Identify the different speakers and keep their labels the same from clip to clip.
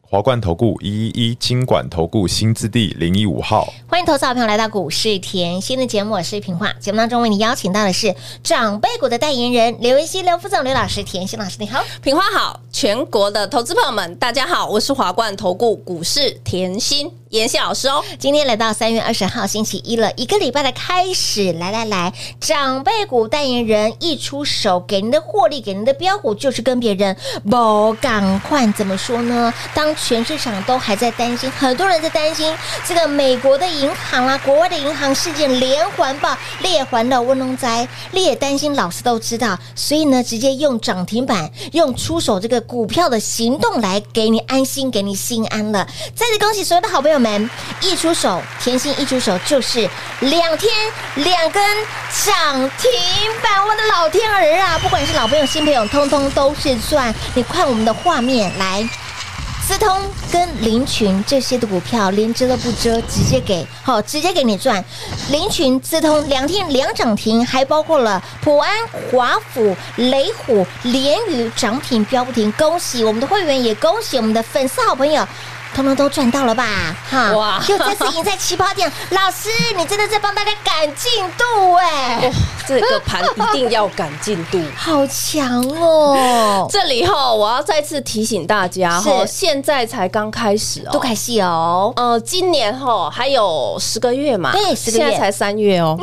Speaker 1: 华冠投顾一一一金管投顾新字第零一五号。
Speaker 2: 欢迎投资好朋友来到股市甜心的节目，我是平化。节目当中为你邀请到的是长辈股的代言人刘文熙、刘副总、刘老师、甜心老师，你好。
Speaker 3: 品花好，全国的投资朋友们，大家好，我是华冠投顾股市甜心妍希老师哦。
Speaker 2: 今天来到三月二十号星期一了，一个礼拜的开始，来来来，长辈股代言人一出手，给您的获利，给您的标股就是跟别人不赶快怎么说呢？当全市场都还在担心，很多人在担心这个美国的银行啦、国外的银行事件连环爆、列环的温龙灾，你也担心，老师都知道，所以呢，直接用涨停板，用出手这个股票的行动来给你安心，给你心安了。再次恭喜所有的好朋友们，一出手，甜心一出手就是两天两根涨停板，我的老天儿啊！不管是老朋友、新朋友，通通都是赚。你看我们的画面来。思通跟林群这些的股票，连遮都不遮，直接给好、直接给你赚。林群、资通两天两涨停，还包括了普安、华府、雷虎、联宇涨停标不停。恭喜我们的会员，也恭喜我们的粉丝好朋友。通通都赚到了吧？哈，
Speaker 3: 哇
Speaker 2: 又再次赢在起跑点。老师，你真的在帮大家赶进度哎、
Speaker 3: 哇、哦这个盘一定要赶进度。
Speaker 2: 好强哦！
Speaker 3: 这里吼，我要再次提醒大家吼，
Speaker 2: 是
Speaker 3: 现在才刚开始哦，
Speaker 2: 杜凯西哦，
Speaker 3: 呃，今年吼还有哎十个月嘛，
Speaker 2: 对10个月
Speaker 3: 现在才三月哦，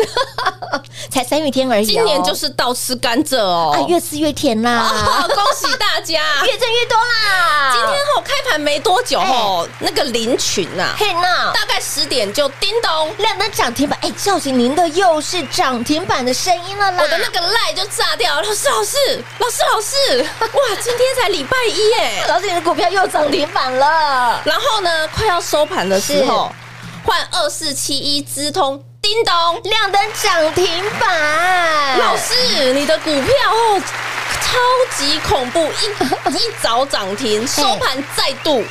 Speaker 2: 才三月天而已、哦，
Speaker 3: 今年就是倒吃甘蔗哦，
Speaker 2: 啊，越吃越甜 啦，
Speaker 3: 哦恭喜大 家！
Speaker 2: 越挣越多啦。
Speaker 3: 今天吼开盘没多久吼，那个林群呐、
Speaker 2: 嘿呐，
Speaker 3: 大概十点就叮咚，
Speaker 2: 亮灯涨停板，哎，叫醒您的又是涨停板的声音了啦！
Speaker 3: 我的那个赖就炸掉了，老师老师老师老师，哇，今天才礼拜一耶！
Speaker 2: 老师，你的股票又涨停板了，
Speaker 3: 然后呢，快要收盘的时候，换二四七一资通，叮咚，
Speaker 2: 亮灯涨停板，
Speaker 3: 老师，你的股票哦，超级恐怖，一一早涨停，收盘再度，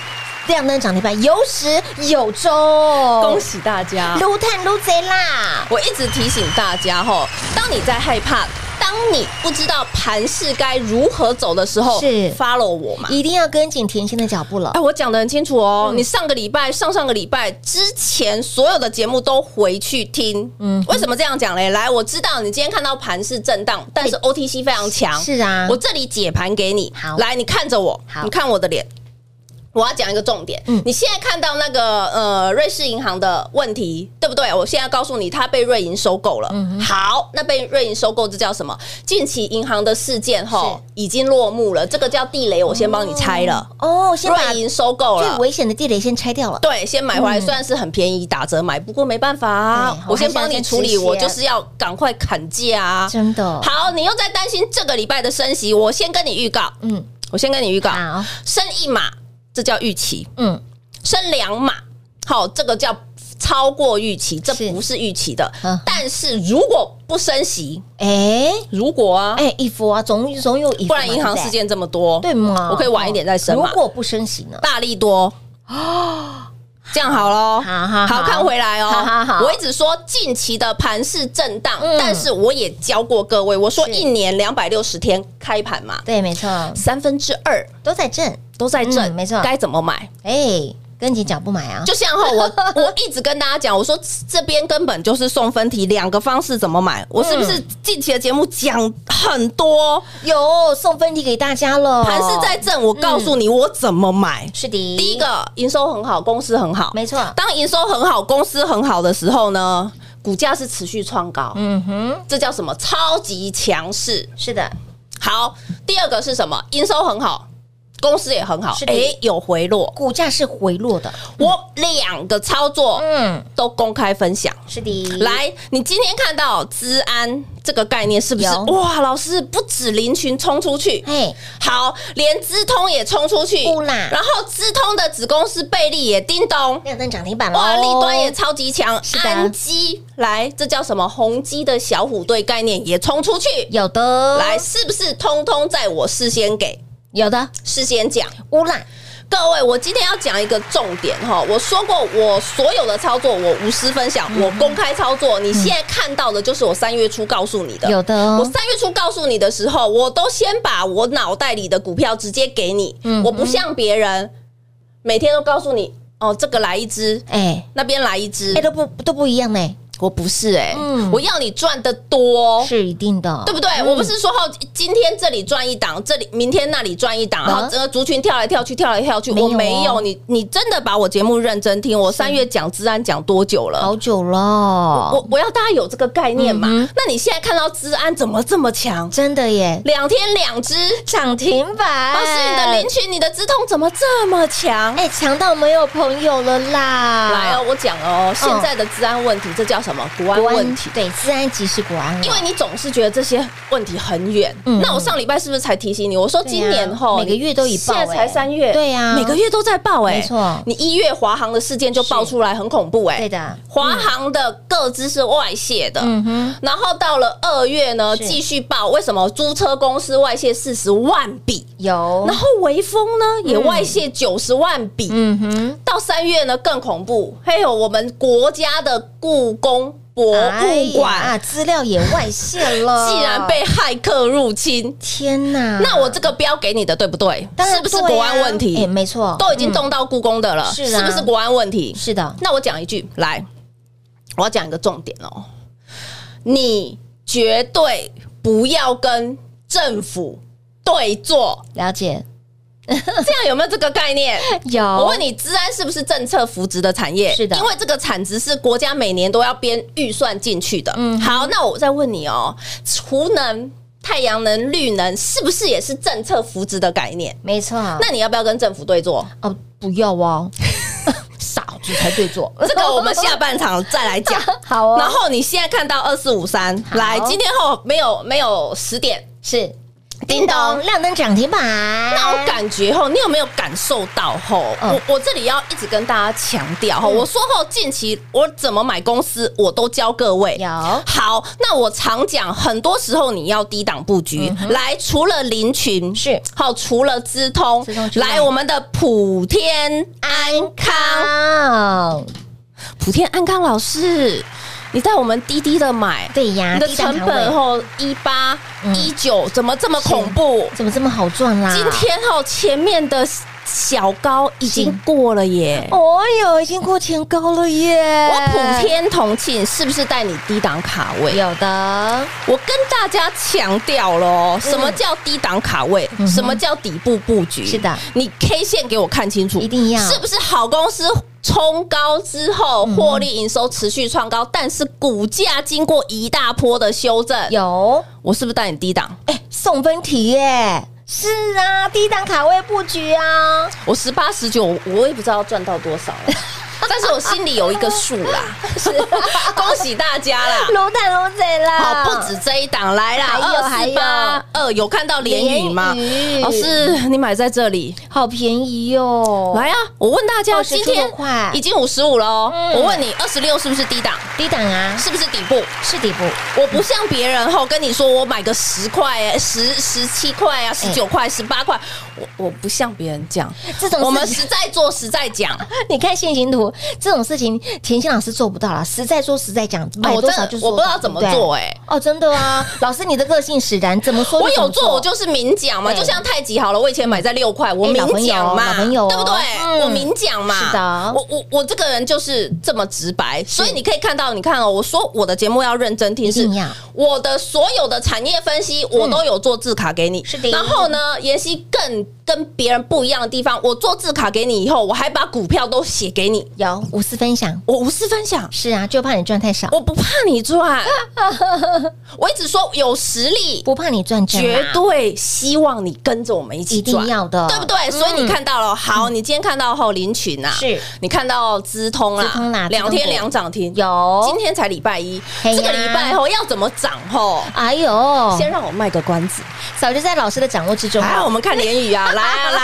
Speaker 2: 亮灯涨停板有始有终，哦
Speaker 3: 恭喜啊大家！
Speaker 2: 撸探撸贼啦！
Speaker 3: 我一直提醒大家吼，当你在害怕。当你不知道盘势该如何走的时候，
Speaker 2: 是
Speaker 3: follow 我嘛？
Speaker 2: 一定要跟紧甜心的脚步了嗯
Speaker 3: 哎，。我讲的很清楚哦。你上个礼拜、上上个礼拜之前所有的节目都回去听。
Speaker 2: 嗯
Speaker 3: 嗯，为什么这样讲嘞？来，我知道你今天看到盘是震荡，但是 OTC 非常强。
Speaker 2: 是啊
Speaker 3: 我这里解盘给你。
Speaker 2: 好
Speaker 3: 来，你看着我
Speaker 2: 好，
Speaker 3: 你看我的脸。我要讲一个重点，
Speaker 2: 嗯
Speaker 3: 你现在看到那个呃瑞士银行的问题，对不对？我现在告诉你，它被瑞银收购了。
Speaker 2: 嗯
Speaker 3: 好，那被瑞银收购这叫什么？近期银行的事件哈已经落幕了，这个叫地雷，我先帮你拆了。
Speaker 2: 哦，先把
Speaker 3: 瑞银收购
Speaker 2: 最
Speaker 3: 了。
Speaker 2: 危险的地雷先拆掉了。
Speaker 3: 对，先买回来虽然是很便宜，打折买，不过没办法啊
Speaker 2: 对，
Speaker 3: 我先帮你处理，
Speaker 2: 我
Speaker 3: 我
Speaker 2: 还是要
Speaker 3: 就
Speaker 2: 先
Speaker 3: 是要赶快砍价啊。
Speaker 2: 真的，
Speaker 3: 好，你又在担心这个礼拜的升息，我先跟你预告，
Speaker 2: 嗯，
Speaker 3: 我先跟你预告，
Speaker 2: 好，
Speaker 3: 升一码这叫预期，
Speaker 2: 嗯，
Speaker 3: 升两码，好，这个叫超过预期，这
Speaker 2: 是
Speaker 3: 不是预期的
Speaker 2: 嗯。
Speaker 3: 但是如果不升息，
Speaker 2: 哎
Speaker 3: 如果啊，
Speaker 2: 哎，一幅啊，总总有一幅
Speaker 3: 不
Speaker 2: 嘛，
Speaker 3: 然银行
Speaker 2: 对
Speaker 3: 事
Speaker 2: 不对
Speaker 3: 件这么多，
Speaker 2: 对吗？
Speaker 3: 哦我可以晚一点再升
Speaker 2: 如
Speaker 3: 嘛。
Speaker 2: 果不升息呢？
Speaker 3: 大力多这样好喽，
Speaker 2: 哦好好好
Speaker 3: 好看回来哦。
Speaker 2: 啊好好好
Speaker 3: 我一直说近期的盘是震荡，
Speaker 2: 嗯
Speaker 3: 但是我也教过各位，我说
Speaker 2: 是
Speaker 3: 一年两百六十天开盘嘛，
Speaker 2: 对，没错，
Speaker 3: 三分之二
Speaker 2: 都在震。
Speaker 3: 都在震，
Speaker 2: 嗯没错
Speaker 3: 该怎么买？
Speaker 2: 哎，跟紧脚步买啊！
Speaker 3: 就像哈，我我 一直跟大家讲，我说这边根本就是送分题，两个方式怎么
Speaker 2: 嗯
Speaker 3: 买？我是不是近期的节目讲很
Speaker 2: 哦
Speaker 3: 多？
Speaker 2: 有送分题给大家了，
Speaker 3: 盘是在震，我告诉你我怎么买。
Speaker 2: 是的，
Speaker 3: 第一个营收很好，公司很好，
Speaker 2: 没错，
Speaker 3: 当营收很好、公司很好的时候呢，股价是持续创高，
Speaker 2: 嗯哼，
Speaker 3: 这叫什么？超级强势。
Speaker 2: 是的，
Speaker 3: 好，第二个是什么？营收很好，公司也很好
Speaker 2: 是，的
Speaker 3: 哎，有回落。
Speaker 2: 股价是回落的，
Speaker 3: 我两个操作
Speaker 2: 嗯，
Speaker 3: 都公开分享。
Speaker 2: 是的，
Speaker 3: 来，你今天看到资安这个概念是不是
Speaker 2: 有？
Speaker 3: 哇，老师不止林群冲出去，
Speaker 2: 嘿，
Speaker 3: 好，连资通也冲出去
Speaker 2: 呼啦，
Speaker 3: 然后资通的子公司贝利也叮咚，
Speaker 2: 亮灯涨停板喽，
Speaker 3: 哇，立端也超级强
Speaker 2: 哦是，的
Speaker 3: 安基来，这叫什么？宏基的小虎队概念也冲出去，
Speaker 2: 有的，
Speaker 3: 来，是不是通通在我事先给
Speaker 2: 有的，
Speaker 3: 事先讲？
Speaker 2: 乌啦，
Speaker 3: 各位，我今天要讲一个重点哈，我说过我所有的操作我无私分享，
Speaker 2: 嗯
Speaker 3: 我公开操作，你现在看到的就是我三月初告诉你的。
Speaker 2: 有的
Speaker 3: 我
Speaker 2: 哦，
Speaker 3: 三月初告诉你的时候，我都先把我脑袋里的股票直接给你，
Speaker 2: 嗯
Speaker 3: 我不像别人每天都告诉你哦，这个来一只，
Speaker 2: 哎，
Speaker 3: 那边来一只，
Speaker 2: 哎，都不都不一样呢，
Speaker 3: 我不是哎、
Speaker 2: 嗯
Speaker 3: 我要你赚的多，
Speaker 2: 是一啊嗯定的，
Speaker 3: 哦对不对？我不是说哦，今天这里赚一档，这里明天那里赚一档，然后
Speaker 2: 嗯
Speaker 3: 整个族群跳来跳去，跳来跳去。
Speaker 2: 没有
Speaker 3: 我
Speaker 2: 哦
Speaker 3: 没有你，你真的把我节目认真听。我三月讲治安讲多久了？
Speaker 2: 嗯好久了，
Speaker 3: 我我要大家有这个概念嘛？
Speaker 2: 哦嗯哼
Speaker 3: 那你现在看到治安怎么这么强？
Speaker 2: 真的耶，
Speaker 3: 两天两只，
Speaker 2: 涨停板，
Speaker 3: 老师哦你的林群、你的资通怎么这么强？
Speaker 2: 哎，强到没有朋友了啦，
Speaker 3: 来哦，，我讲哦，现在的治安问题，这叫什么？国安
Speaker 2: 国
Speaker 3: 问
Speaker 2: 安
Speaker 3: 题。
Speaker 2: 对，治安即是国安，
Speaker 3: 因为你总是觉得这些问题很远。
Speaker 2: 嗯
Speaker 3: 那我上礼拜是不是才提醒你？我说今
Speaker 2: 对
Speaker 3: 年
Speaker 2: 啊
Speaker 3: 吼，
Speaker 2: 每个月都已报
Speaker 3: 现在才
Speaker 2: 欸
Speaker 3: 三月，
Speaker 2: 对啊
Speaker 3: 每个月都在报哎，
Speaker 2: 没错
Speaker 3: 你一月华航的事件就爆出来，很恐怖哎，
Speaker 2: 对的
Speaker 3: 华航的各资是外泄的，
Speaker 2: 嗯哼，
Speaker 3: 然后到了二月呢，
Speaker 2: 是
Speaker 3: 继续报，为什么租车公司外泄四十万笔？
Speaker 2: 有
Speaker 3: 然，后微风呢也外泄九十万笔，
Speaker 2: 哦嗯哼，
Speaker 3: 到三月呢更恐怖，还有我们国家的故宫博物馆、
Speaker 2: 哎呀资料也外泄了，
Speaker 3: 既然被骇客入侵，
Speaker 2: 天哪，
Speaker 3: 那我这个标给你的对不对？
Speaker 2: 嗯当然
Speaker 3: 是不是
Speaker 2: 对啊
Speaker 3: 国安问
Speaker 2: 哎，
Speaker 3: 题？
Speaker 2: 没错，
Speaker 3: 都已经动到故宫的了，
Speaker 2: 是啊
Speaker 3: 是不是国安问题？
Speaker 2: 是的，
Speaker 3: 那我讲一句，来，我要讲一个重点哦，你绝对不要跟政府对坐，
Speaker 2: 了解，
Speaker 3: 这样有没有这个概念？
Speaker 2: 有，
Speaker 3: 我问你，治安是不是政策扶植的产业？
Speaker 2: 哦是的
Speaker 3: 因为这个产值是国家每年都要编预算进去的。
Speaker 2: 嗯
Speaker 3: 好，那我再问你哦，储能、太阳能、绿能是不是也是政策扶植的概念？
Speaker 2: 没错，
Speaker 3: 那你要不要跟政府对坐？
Speaker 2: 哦，不要 哦，傻子才对做，
Speaker 3: 这个我们下半场再来讲。
Speaker 2: 好哦，
Speaker 3: 然后你现在看到二四五三，
Speaker 2: 好
Speaker 3: 来，今天后没有没有十点，
Speaker 2: 是
Speaker 3: 叮咚。
Speaker 2: 亮灯涨停板，
Speaker 3: 那我感觉吼，你有没有感受到吼？
Speaker 2: 嗯
Speaker 3: 我我这里要一直跟大家强调吼，
Speaker 2: 嗯
Speaker 3: 我说后近期我怎么买公司，我都教各位。
Speaker 2: 有
Speaker 3: 好，那我常讲，很多时候你要低档布局。来，除了林群
Speaker 2: 嗯是
Speaker 3: 好，除了资通
Speaker 2: 资通，之外
Speaker 3: 来我们的普天安康，
Speaker 2: 啊，
Speaker 3: 普天安康老师，你在我们低低的买，
Speaker 2: 对呀，
Speaker 3: 你的
Speaker 2: 低档
Speaker 3: 成
Speaker 2: 摊
Speaker 3: 本
Speaker 2: 位
Speaker 3: 吼一八
Speaker 2: 嗯啊
Speaker 3: 一九，怎么这么恐怖？
Speaker 2: 怎么这么好赚啦？
Speaker 3: 今天哦，前面的小高已经过了耶。
Speaker 2: 哦哟，已经过前高了耶，
Speaker 3: 我普天同庆，是不是带你低档卡位？
Speaker 2: 有的，
Speaker 3: 我跟大家强调了哦，什么叫低档卡位？
Speaker 2: 嗯嗯哼
Speaker 3: 什么叫底部布局？
Speaker 2: 是的，
Speaker 3: 你 K 线给我看清楚，
Speaker 2: 一定要嗯
Speaker 3: 是不是好公司冲高之后，获利营收持续创高，但是股价经过一大波的修正，
Speaker 2: 有
Speaker 3: 我是不是带你低档？
Speaker 2: 哎送分题耶，是啊，低档卡位布局啊，
Speaker 3: 我十八十九，我也不知道赚到多少 了，但是我心里有一个数啦。恭喜大家啦！
Speaker 2: 撸蛋撸贼啦，
Speaker 3: 好，哦不止这一档来啦，
Speaker 2: 啊还
Speaker 3: 二
Speaker 2: 有
Speaker 3: 四八二有看到联宇吗？
Speaker 2: 联宇
Speaker 3: 老师，你买在这里，
Speaker 2: 好便宜哟，
Speaker 3: 来啊！我问大家，
Speaker 2: 二十
Speaker 3: 今
Speaker 2: 出头
Speaker 3: 天
Speaker 2: 块
Speaker 3: 已经五十五了哦
Speaker 2: 嗯。
Speaker 3: 我问你，二十六是不是低档？
Speaker 2: 低档啊，
Speaker 3: 是不是底部？
Speaker 2: 是底部，
Speaker 3: 我不像别人后跟你说我买个十块、哎十十七块啊、十九块、十八块，我我不像别人这样。
Speaker 2: 这种
Speaker 3: 我们
Speaker 2: 事情
Speaker 3: 实在做，实在讲。
Speaker 2: 你看现行图这种事情，甜心老师做不到啦，实在说实在讲，买
Speaker 3: 哦我
Speaker 2: 多
Speaker 3: 真
Speaker 2: 少
Speaker 3: 的
Speaker 2: 就是
Speaker 3: 我不知道怎么做哎、
Speaker 2: 哦，真的啊，老师你的个性使然，怎么说
Speaker 3: 我
Speaker 2: 就哦怎
Speaker 3: 有
Speaker 2: 么
Speaker 3: 做，我就是明讲嘛，
Speaker 2: 对
Speaker 3: 就像太极好了，我以前买在六块，我
Speaker 2: 哎
Speaker 3: 明
Speaker 2: 老朋友
Speaker 3: 讲
Speaker 2: 老
Speaker 3: 嘛，
Speaker 2: 朋友
Speaker 3: 对不对
Speaker 2: 嗯？
Speaker 3: 我明讲嘛，
Speaker 2: 是的
Speaker 3: 我我我这个人就是这么直白，所以你可以看到道，你看哦，我说我的节目要认真听，
Speaker 2: 一
Speaker 3: 是
Speaker 2: 定要
Speaker 3: 我的所有的产业分析，我都有做字卡给你。
Speaker 2: 嗯是的
Speaker 3: 然后呢，妍希更跟别人不一样的地方，我做字卡给你以后，我还把股票都写给你，
Speaker 2: 有无私分享，
Speaker 3: 我无私分享。
Speaker 2: 是啊，就怕你赚太少，
Speaker 3: 我不怕你 赚，我一直说有实力，
Speaker 2: 不怕你赚正啊
Speaker 3: 绝对希望你跟着我们一
Speaker 2: 一
Speaker 3: 起赚
Speaker 2: 定，要的，
Speaker 3: 对不对？所以你看到了，好，你今天看到后林群啊，
Speaker 2: 是
Speaker 3: 你看到资通
Speaker 2: 资通啦
Speaker 3: 啦，两
Speaker 2: 资通
Speaker 3: 天
Speaker 2: 股
Speaker 3: 两涨停，今
Speaker 2: 有，
Speaker 3: 天才礼拜一，
Speaker 2: 嘿呀
Speaker 3: 这个礼拜后要怎么涨吼？
Speaker 2: 哎呦，
Speaker 3: 先让我卖个关子，哎
Speaker 2: 早就在老师的掌握之中
Speaker 3: 来，我
Speaker 2: 了。
Speaker 3: 们看联宇 啊，来啊，来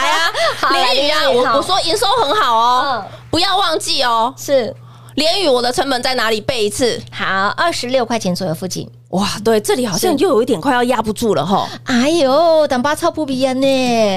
Speaker 2: 好
Speaker 3: 啊，联宇
Speaker 2: 来
Speaker 3: 啊，
Speaker 2: 联宇
Speaker 3: 我
Speaker 2: 好嗯
Speaker 3: 我说营收很好哦，不要忘记哦，
Speaker 2: 是
Speaker 3: 联宇我的成本在哪里背一次？
Speaker 2: 好，二十六块钱左右附近。
Speaker 3: 哇，对，这里好像又有一点快要压不住了吼。
Speaker 2: 哎呦，等八超不比呀呢！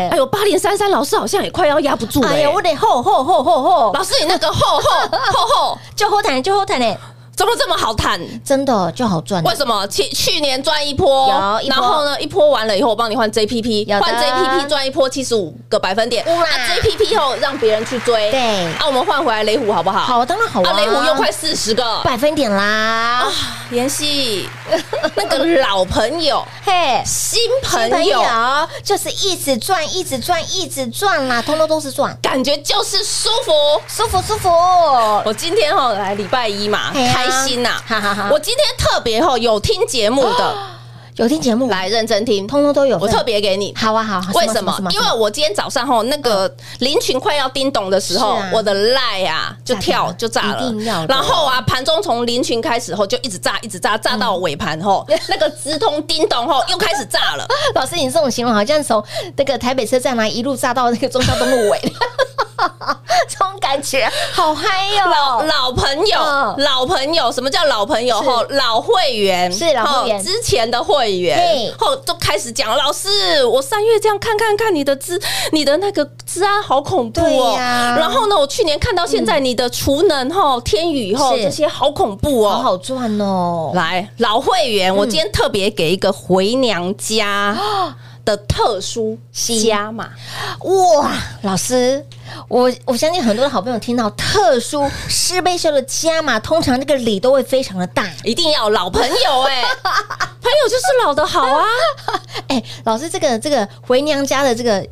Speaker 3: 哎呦，八零三三老师好像也快要压不住了、欸
Speaker 2: 哎呀，我得吼吼吼吼吼，
Speaker 3: 老师，你那个厚厚厚厚
Speaker 2: 就后谈就后谈呢，
Speaker 3: 怎么这么好谈？
Speaker 2: 真的就好赚。
Speaker 3: 为什么去去年赚一波，
Speaker 2: 有一波
Speaker 3: 然后呢一波完了以后，我帮你换 JPP，
Speaker 2: 有的
Speaker 3: 换 JPP 赚一波七十五个百分点，
Speaker 2: 哇
Speaker 3: 啊 JPP 后让别人去追，
Speaker 2: 对
Speaker 3: 啊，我们换回来雷虎好不好？
Speaker 2: 好，当然好
Speaker 3: 啊，
Speaker 2: 啊，
Speaker 3: 雷虎又快啊四十个，
Speaker 2: 百分点啦，
Speaker 3: 妍希 那个老朋友、
Speaker 2: 嘿。
Speaker 3: 新
Speaker 2: 新
Speaker 3: 朋友，
Speaker 2: 就是一直赚，一直赚，一直赚啦，通通都是赚，
Speaker 3: 感觉就是舒服。
Speaker 2: 舒服舒服。
Speaker 3: 我今天哈来礼拜一嘛，
Speaker 2: 哎呀
Speaker 3: 开心呐、
Speaker 2: 哈哈哈
Speaker 3: 我今天特别哈有听节目的，
Speaker 2: 有听节目，
Speaker 3: 来认真听，
Speaker 2: 通通都有份。
Speaker 3: 我特别给你。
Speaker 2: 好啊好啊，
Speaker 3: 为什么？因为我今天早上吼，那个林群快要叮咚的时候
Speaker 2: 嗯是啊，
Speaker 3: 我的赖啊就
Speaker 2: 炸掉
Speaker 3: 跳
Speaker 2: 了
Speaker 3: 就炸
Speaker 2: 一
Speaker 3: 了
Speaker 2: 定要的，
Speaker 3: 然后啊盘中从林群开始后就一直炸，一直炸，炸到尾盘后，
Speaker 2: 嗯
Speaker 3: 那个直通叮咚后又开始炸了，
Speaker 2: 老师，你这种形容好像从那个台北车站来一路炸到那个中山东路尾，这种感觉好嗨哦哟、
Speaker 3: 老老朋友
Speaker 2: 嗯，
Speaker 3: 老朋友，什么叫老朋友？
Speaker 2: 是
Speaker 3: 吼，老会员
Speaker 2: 是老会员
Speaker 3: 吼之前的会
Speaker 2: 嘿
Speaker 3: 员，后都开始讲，老师，我三月这样看看看你的资，你的那个资安好恐怖
Speaker 2: 对
Speaker 3: 哦。
Speaker 2: 呀
Speaker 3: 然后呢，我去年看到现在你的储能吼、天宇吼
Speaker 2: 是
Speaker 3: 这些好恐怖
Speaker 2: 好嗯
Speaker 3: 哦。
Speaker 2: 好赚哦！
Speaker 3: 来，老会员，我今天特别给一个回娘家
Speaker 2: 啊
Speaker 3: 的特殊加码，
Speaker 2: 哇，老师，我我相信很多的好朋友听到特殊师倍秀的加码，通常那个礼都会非常的大。
Speaker 3: 一定要老朋友 哎，朋友就是老的好啊。
Speaker 2: 哎，老师，这个这个回娘家的这个。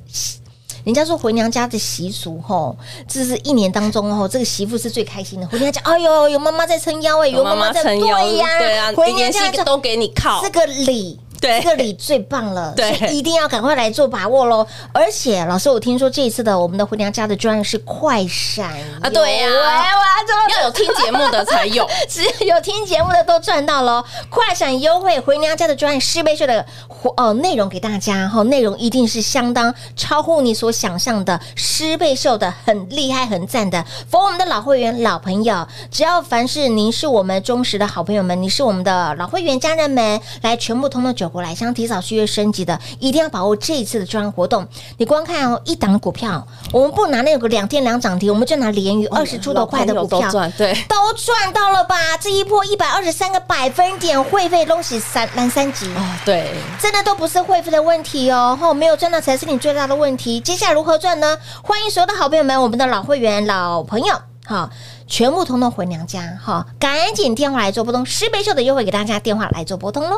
Speaker 2: 人家说回娘家的习俗吼，这是一年当中吼，这个媳妇是最开心的。回娘家，哎呦，有妈妈在撑腰哎，
Speaker 3: 有妈妈
Speaker 2: 在
Speaker 3: 撑腰，
Speaker 2: 对呀，
Speaker 3: 对啊，
Speaker 2: 回娘
Speaker 3: 妍
Speaker 2: 家
Speaker 3: 希
Speaker 2: 就
Speaker 3: 都给你靠
Speaker 2: 这，个礼，
Speaker 3: 对
Speaker 2: 这个礼最棒了，
Speaker 3: 对
Speaker 2: 所以一定要赶快来做把握喽。而且老师，我听说这一次的我们的回娘家的专案是快闪
Speaker 3: 啊对呀
Speaker 2: 有哎我要
Speaker 3: 要有听节目的才有。
Speaker 2: 只有听节目的都赚到喽！快闪优惠回娘家的专案师倍秀的活呃内容给大家哈、内容一定是相当超乎你所想象的师倍秀的，很厉害很赞的。for 我们的老会员老朋友，只要凡是您是我们忠实的好朋友们，你是我们的老会员家人们，来全部通通九国来香提早续约升级的，一定要把握这一次的专案活动。你光看哦，一档的股票，我们不拿那个两天两涨停，我们就拿连于 二十出头块的股
Speaker 3: 老朋友
Speaker 2: 票
Speaker 3: 都。赚，对，
Speaker 2: 都赚到了吧？这一波一百二十三个百分点会费东西三蓝三级。
Speaker 3: 哦对，
Speaker 2: 真的都不是会费的问题哦，吼，没有赚到才是你最大的问题。接下来如何赚呢？欢迎所有的好朋友们，我们的老会员、老朋友，哈，全部通通回娘家，哈，赶紧电话来做拨通，十倍秀的优惠给大家，电话来做拨通喽。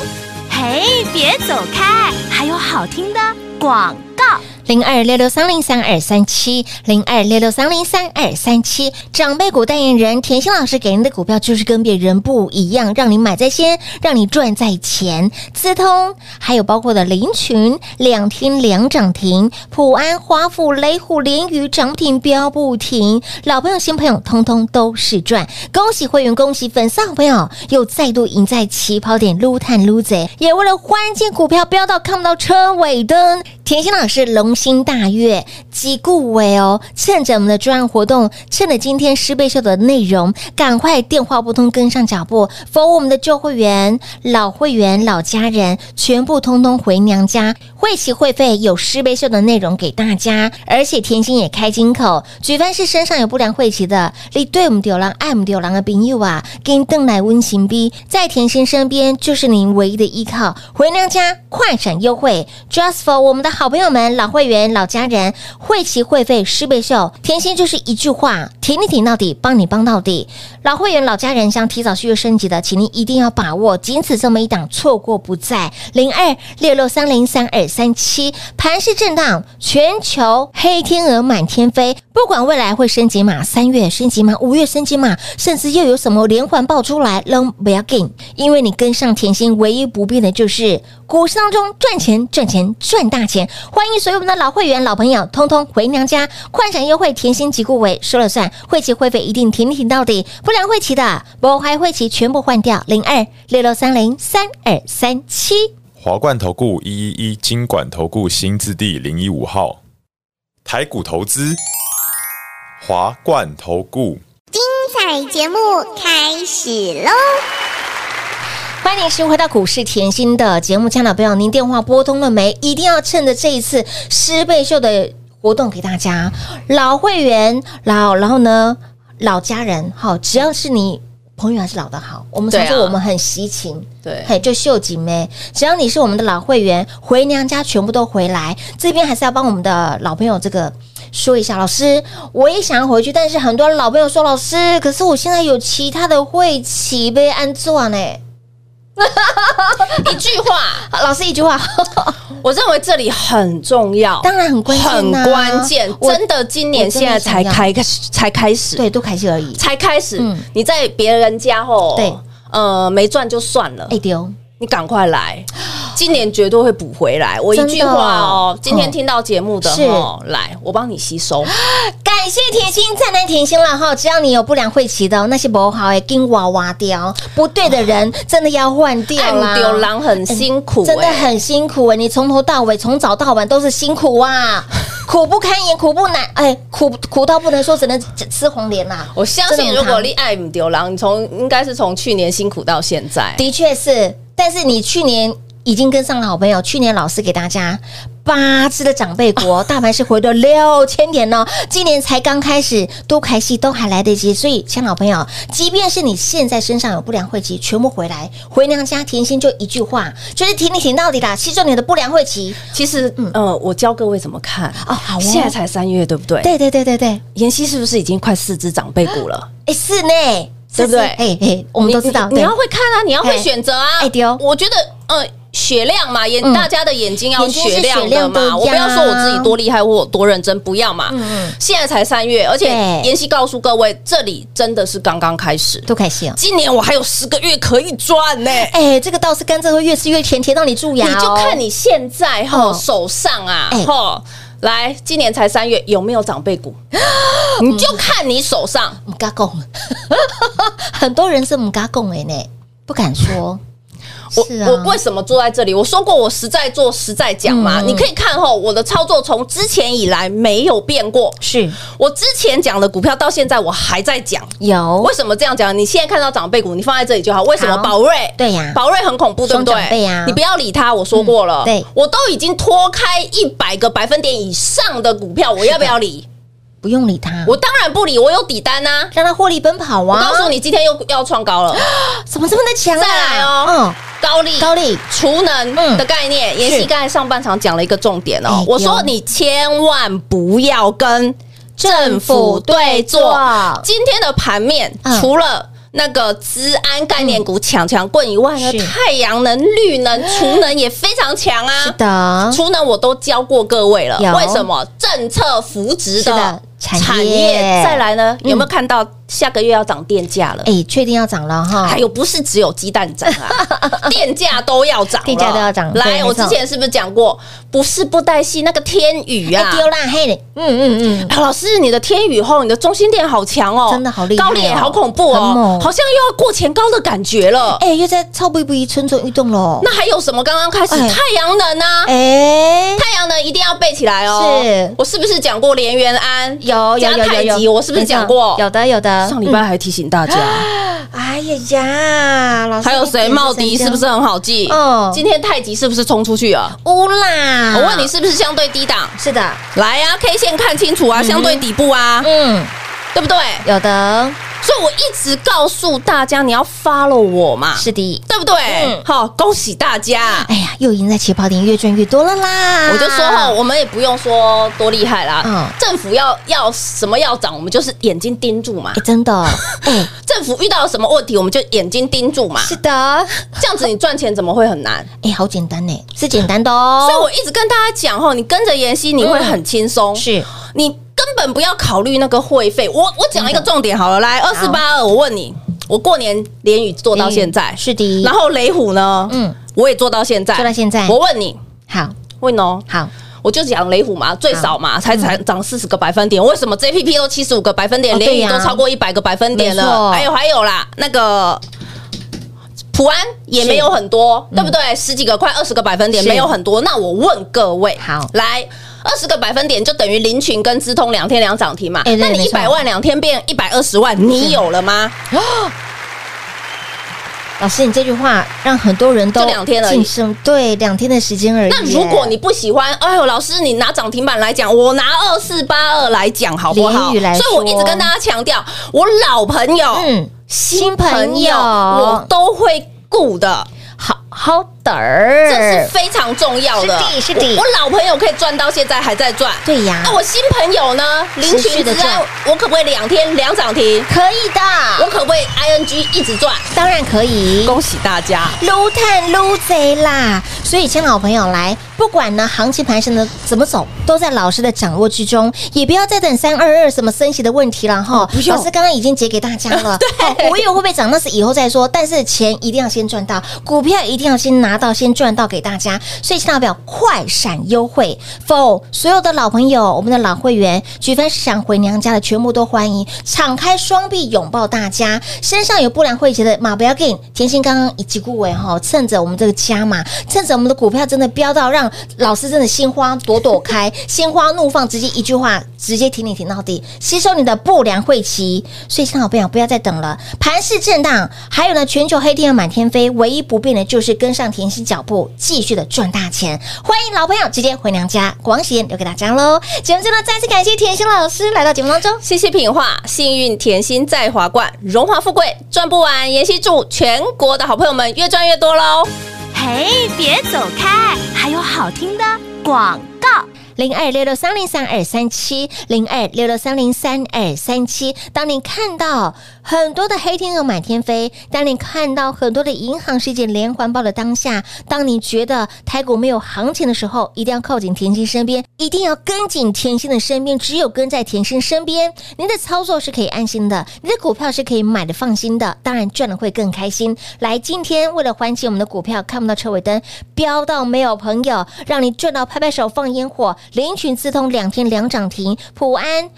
Speaker 4: 嘿，别走开，还有好听的广告。
Speaker 2: 零二六六三零三二三七，零二六六三零三二三七，长辈股代言人甜心老师给您的股票就是跟别人不一样，让你买在先，让你赚在前。资通还有包括的林群两天两涨停，普安、华府、雷虎、联宇涨停标不停，老朋友、新朋友通通都是赚。恭喜会员，恭喜粉丝好朋友，又再度赢在起跑点，撸探撸贼，也为了关键股票飙到看不到车尾灯。甜心老师龙心大悦，即顾为哦，趁着我们的专案活动，趁着今天师倍秀的内容，赶快电话拨通跟上脚步，否我们的旧会员、老会员、老家人全部通通回娘家，会期会费有师倍秀的内容给大家，而且甜心也开金口，举凡是身上有不良晦气的，你对我们丢狼爱我们丢狼的朋友啊，跟邓来温情逼，在甜心身边就是您唯一的依靠，回娘家快闪优惠，just for 我们的好朋友们、老会会员、老家人，会期会费师倍秀，甜心就是一句话，挺你挺到底，帮你帮到底。老会员、老家人想提早续约升级的，请您一定要把握，仅此这么一档，错过不再。零二六六三零三二三七，盘势震荡，全球黑天鹅满天飞，不管未来会升级嘛，三月升级嘛，五月升级嘛，甚至又有什么连环爆出来，扔不要紧，因为你跟上甜心，唯一不变的就是股市当中赚钱、赚钱、赚大钱。欢迎所有我们的老会员、老朋友，通通回娘家，快闪优惠，甜心即顾为说了算，会期会费一定挺挺到底，不良会期的，不还会期全部换掉。零二六六三零三二三七。
Speaker 1: 华冠投顾一一一金管投顾新字第零一五号，台股投资，华冠投顾。
Speaker 5: 彩节目开始喽！
Speaker 2: 欢迎收回到股市甜心的节目，亲爱的朋友，您电话拨通了没？一定要趁着这一次师倍秀的活动给大家，老会员老，然后呢老家人，好，只要是你。朋友还是老的好，我们常说
Speaker 3: 对啊
Speaker 2: 我们很惜情，
Speaker 3: 对
Speaker 2: 嘿，就秀几妹。只要你是我们的老会员，回娘家全部都回来。这边还是要帮我们的老朋友这个说一下，老师，我也想要回去，但是很多老朋友说，老师，可是我现在有其他的会期被安坐呢。
Speaker 3: 一句话，
Speaker 2: 好老师一句话，
Speaker 3: 我认为这里很重要，
Speaker 2: 当然很关键、啊，
Speaker 3: 很关键。
Speaker 2: 我
Speaker 3: 真的，今年现在才开才开始，
Speaker 2: 对，都开心而已。
Speaker 3: 才开始
Speaker 2: 嗯。
Speaker 3: 你在别人家吼，
Speaker 2: 对，
Speaker 3: 呃，没赚就算了
Speaker 2: 哎，丢，
Speaker 3: 你赶快来，今年绝对会补回来。我一
Speaker 2: 真的
Speaker 3: 句话哦
Speaker 2: 嗯，
Speaker 3: 今天听到节目的哦，来，我帮你吸收。
Speaker 2: 感谢甜心，再难甜心了哈！只要你有不良晦气的那些不好哎，跟娃娃掉，不对的人真的要换掉啦。
Speaker 3: 按丢狼很辛苦，
Speaker 2: 真的
Speaker 3: 哎
Speaker 2: 很辛苦哎、你从头到尾，从早到晚都是辛苦 啊，苦不堪言，苦不难，哎，苦苦到不能说，只能吃吃黄连啦、
Speaker 3: 我相
Speaker 2: 真的
Speaker 3: 信，
Speaker 2: 很
Speaker 3: 如果
Speaker 2: 扛
Speaker 3: 你爱唔丢狼，你从应该是从去年辛苦到现在，
Speaker 2: 的确是，但是你去年已经跟上了好朋友，去年老师给大家。八只的长辈 国，大盘是回到六千点哦，今年才刚开始，多开戏都还来得及，所以，亲爱的朋友，即便是你现在身上有不良晦气，全部回来，回娘家甜心就一句话，就是挺你挺到底啦，吸收你的不良晦气
Speaker 3: 其实，
Speaker 2: 嗯
Speaker 3: 呃，我教各位怎么看。
Speaker 2: 哦，好哦，
Speaker 3: 现在才三月，对不对？
Speaker 2: 对对对对对，
Speaker 3: 妍希是不是已经快四只长辈股了？
Speaker 2: 哎是呢，
Speaker 3: 对不对
Speaker 2: 哎哎，我们都知道，
Speaker 3: 你你
Speaker 2: 对
Speaker 3: 要会看啊，你要会
Speaker 2: 哎
Speaker 3: 选择啊。
Speaker 2: 哎对哦
Speaker 3: 我觉得，呃，雪亮嘛，眼
Speaker 2: 嗯
Speaker 3: 大家的眼睛要
Speaker 2: 眼睛是
Speaker 3: 雪亮
Speaker 2: 雪亮
Speaker 3: 的
Speaker 2: 的呀
Speaker 3: 嘛。我不要说我自己多厉害或我多认真，不要嘛。现在才三月，而且
Speaker 2: 嗯对
Speaker 3: 妍希告诉各位，这里真的是刚刚开始。
Speaker 2: 都开心哦，
Speaker 3: 今年我还有十个月可以赚呢。
Speaker 2: 哎，这个倒是甘蔗会越吃越甜，甜到你蛀牙、哦，
Speaker 3: 你就看你现在哈、
Speaker 2: 哦
Speaker 3: 手上啊
Speaker 2: 哎
Speaker 3: 哈、来，今年才三月，有没有长 辈股？你就看你手上，
Speaker 2: 唔敢讲， 很多人是唔敢讲的呢，不敢说。
Speaker 3: 我
Speaker 2: 是啊
Speaker 3: 我为什么坐在这里？我说过我实在做实在讲嘛，
Speaker 2: 嗯嗯
Speaker 3: 你可以看哈、我的操作从之前以来没有变过，
Speaker 2: 是
Speaker 3: 我之前讲的股票到现在我还在讲。
Speaker 2: 有
Speaker 3: 为什么这样讲？你现在看到长辈股，你放在这里就好。为什么
Speaker 2: 好
Speaker 3: 宝瑞？
Speaker 2: 对呀
Speaker 3: 宝瑞很恐怖，对不
Speaker 2: 双长辈
Speaker 3: 对？
Speaker 2: 呀
Speaker 3: 你不要理他，我说过了，
Speaker 2: 嗯对
Speaker 3: 我都已经脱开一百个百分点以上的股票，我要不要理？
Speaker 2: 不用理他，
Speaker 3: 我当然不理，我有底单呐、
Speaker 2: 让他获利奔跑
Speaker 3: 我
Speaker 2: 啊！
Speaker 3: 告诉你，今天又要创高 了，
Speaker 2: 怎么这么的强啊？
Speaker 3: 再来哦，高利
Speaker 2: 嗯，高利
Speaker 3: 储能
Speaker 2: 嗯
Speaker 3: 的概念，妍希刚才上半场讲了一个重点哦
Speaker 2: 哎，
Speaker 3: 我说
Speaker 2: 有
Speaker 3: 你千万不要跟政府对坐。今天的盘面
Speaker 2: 嗯
Speaker 3: 除了。那个资安概念股抢强棍以外呢，
Speaker 2: 是
Speaker 3: 太阳能、绿能、储能也非常强啊。
Speaker 2: 是的，
Speaker 3: 储能我都教过各位了
Speaker 2: 嗯有，
Speaker 3: 为什么政策扶植
Speaker 2: 是
Speaker 3: 的
Speaker 2: 的产业
Speaker 3: 再来呢？
Speaker 2: 嗯
Speaker 3: 有没有看到下个月要涨电价了？
Speaker 2: 哎，确定要涨了哈
Speaker 3: 还？有不是只有鸡蛋涨 啊，电价都要涨了，
Speaker 2: 电价都要涨对
Speaker 3: 来，我
Speaker 2: 没错
Speaker 3: 之前是不是讲过，不是布袋戏那个天宇啊
Speaker 2: 哎？丢啦嘿，嗯嗯嗯，
Speaker 3: 哎老师，你的天宇后，你的中心店好强哦，
Speaker 2: 真的好厉害哦
Speaker 3: 高利也好恐怖
Speaker 2: 很
Speaker 3: 哦
Speaker 2: 猛，
Speaker 3: 好像又要过前高的感觉了。
Speaker 2: 哎，又在超不不一蠢蠢欲动喽。
Speaker 3: 那还有什么？刚刚开始
Speaker 2: 哎
Speaker 3: 太阳能啊，
Speaker 2: 哎，
Speaker 3: 太阳能一定要背起来哦。
Speaker 2: 是
Speaker 3: 我是不是讲过连元安？
Speaker 2: 有有
Speaker 3: 加
Speaker 2: 有有
Speaker 3: 太
Speaker 2: 有
Speaker 3: 极，我是不是讲过？
Speaker 2: 有的有的，
Speaker 3: 上礼拜还提醒大家，
Speaker 2: 嗯。哎呀呀，老师，
Speaker 3: 还有谁？茂迪是不是很好记？
Speaker 2: 嗯
Speaker 3: 今天太极是不是冲出去啊？
Speaker 2: 乌啦？
Speaker 3: 我问你，是不是相对低档？
Speaker 2: 是的，
Speaker 3: 嗯来呀、啊、，K 线看清楚啊，相对底部啊，
Speaker 2: 嗯，
Speaker 3: 对不对？
Speaker 2: 有的，
Speaker 3: 所以我一直告诉大家，你要 follow 我嘛，
Speaker 2: 是的，
Speaker 3: 对不对
Speaker 2: 嗯？
Speaker 3: 好，恭喜大家！
Speaker 2: 哎呀，又赢在起跑点，越赚越多了啦！
Speaker 3: 我就说哈，我们也不用说多厉害
Speaker 2: 嗯
Speaker 3: 啦，政府要要什么要涨，我们就是眼睛盯住嘛
Speaker 2: 哎，；真的，哎，
Speaker 3: 政府遇到什么问题，我们就眼睛盯住嘛。
Speaker 2: 是的，
Speaker 3: 这样子，你赚钱怎么会很难？
Speaker 2: 哎，好简单呢，是简单的哦。
Speaker 3: 所以我一直跟大家讲吼，你跟着妍希，你会很轻松，
Speaker 2: 嗯是
Speaker 3: 你根本不要考虑那个会费。我我讲一个重点好了，
Speaker 2: 嗯
Speaker 3: 来二四八二，我问你，我过年连雨做到现在，
Speaker 2: 嗯是的，
Speaker 3: 然后雷虎呢？
Speaker 2: 嗯
Speaker 3: 嗯，我也做到现在，
Speaker 2: 做到现在
Speaker 3: 我问你，
Speaker 2: 好
Speaker 3: 问哦，
Speaker 2: 好
Speaker 3: 我就讲雷虎嘛，最少
Speaker 2: 啊
Speaker 3: 嘛，才才涨四十个百分点，为什么 JPP 都七十五个百分
Speaker 2: 嗯哦
Speaker 3: 点，
Speaker 2: 对
Speaker 3: 联
Speaker 2: 呀
Speaker 3: 宇都超过一百个百分点
Speaker 2: 没错
Speaker 3: 了？还有还有啦，那个。普安也没有很多，对不对？十几个快二十个百分
Speaker 2: 嗯
Speaker 3: 点，
Speaker 2: 是
Speaker 3: 没有很多。那我问各位，
Speaker 2: 好
Speaker 3: 来二十个百分点就等于林群跟资通两天两涨停嘛？
Speaker 2: 哎对
Speaker 3: 那你
Speaker 2: 没
Speaker 3: 一
Speaker 2: 错
Speaker 3: 百万两天变一百二十万，你有了吗？
Speaker 2: 哦。老师，你这句话让很多人都
Speaker 3: 就两天而已
Speaker 2: 晋升，对，两天的时间而已。
Speaker 3: 那如果你不喜欢，哎呦，老师，你拿涨停板来讲，我拿二四八二来讲好不好？
Speaker 2: 淋雨来说
Speaker 3: 所以我一直跟大家强调，我老朋友、
Speaker 2: 嗯，新朋
Speaker 3: 朋友，
Speaker 2: 友，
Speaker 3: 我都会顾的，
Speaker 2: 好好的
Speaker 3: 这
Speaker 2: 儿，
Speaker 3: 是非常重要的。
Speaker 2: 嗯是的是的
Speaker 3: 我我老朋友可以赚到现在还在赚，
Speaker 2: 对呀
Speaker 3: 那我新朋友呢？林
Speaker 2: 持续
Speaker 3: 群
Speaker 2: 地
Speaker 3: 之
Speaker 2: 赚啊
Speaker 3: 安，我可不可以两天两涨停？
Speaker 2: 可以
Speaker 3: 我
Speaker 2: 的，
Speaker 3: 可不可以 ING 一直赚？
Speaker 2: 当然可以。
Speaker 3: 恭喜大家！
Speaker 2: 撸探撸贼啦！所以，亲爱的好朋友来，不管呢行情盘升的怎么走，都在老师的掌握之中，也不要再等三二二什么升息的问题了哈。
Speaker 3: 哦不用
Speaker 2: 老师刚刚已经解给大家 了，对，五月会不会涨那是以后再说，但是钱一定要先赚到，股票一定要先拿到，先赚到给大家。所以，亲爱的表快闪优惠，否所有的老朋友，我们的老会员，举凡是想回娘家的，全部都欢迎，敞开双臂拥抱大家。身上有布兰会员的，马不要给甜心刚刚以及顾伟哈，趁着我们这个加码，趁着我们的股票真的飙到让老师真的心花朵朵开， 心花怒放，直接一句话直接挺你挺到底，吸收你的不良晦气。所以，亲爱的好朋友，不要再等了，盘势震荡，还有呢，全球黑天鹅满天飞，唯一不变的就是跟上甜心脚步，继续的赚大钱。欢迎老朋友直接回娘家，广喜留给大家喽。节目最后再次感谢甜心老师来到节目当中。
Speaker 3: 谢谢品画，幸运甜心在华冠，荣华富贵赚不完。妍希祝全国的好朋友们越赚越多喽！
Speaker 4: 嘿，别走开，还有好听的广告。
Speaker 2: 零二六六三零三二三七，零二六六三零三二三七。当您看到很多的黑天鹅满天飞，当您看到很多的银行事件连环爆的当下，当你觉得台股没有行情的时候，一定要靠近甜心身边，一定要跟紧甜心的身边。只有跟在甜心身边，您的操作是可以安心的，你的股票是可以买的放心的，当然赚的会更开心。来，今天为了欢庆我们的股票看不到车尾灯，飙到没有朋友，让你赚到拍拍手放烟火，连群自通两天两涨停，普安。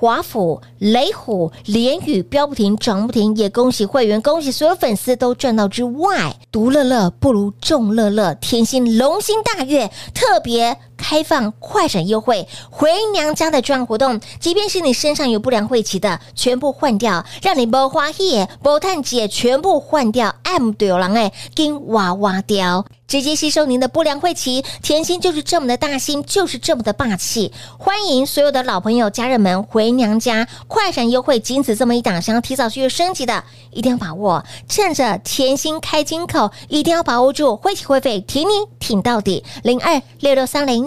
Speaker 2: 华府、雷虎、联宇飙不停，涨不停，也恭喜会员，恭喜所有粉丝都赚到之外，独乐乐不如众乐乐，甜心龙心大悦，特别开放快闪优惠，回娘家的赚活动，即便是你身上有不良晦气的，全部换掉，让你不花叶、不探姐全部换掉，M 对有狼哎，跟娃娃雕。直接吸收您的不良晦气。甜心就是这么的大心，就是这么的霸气。欢迎所有的老朋友、家人们回娘家，快闪优惠，仅此这么一档，想要提早去升级的，一定要把握，趁着甜心开金口，一定要把握住，会起会费，挺你挺到底，零二六六三零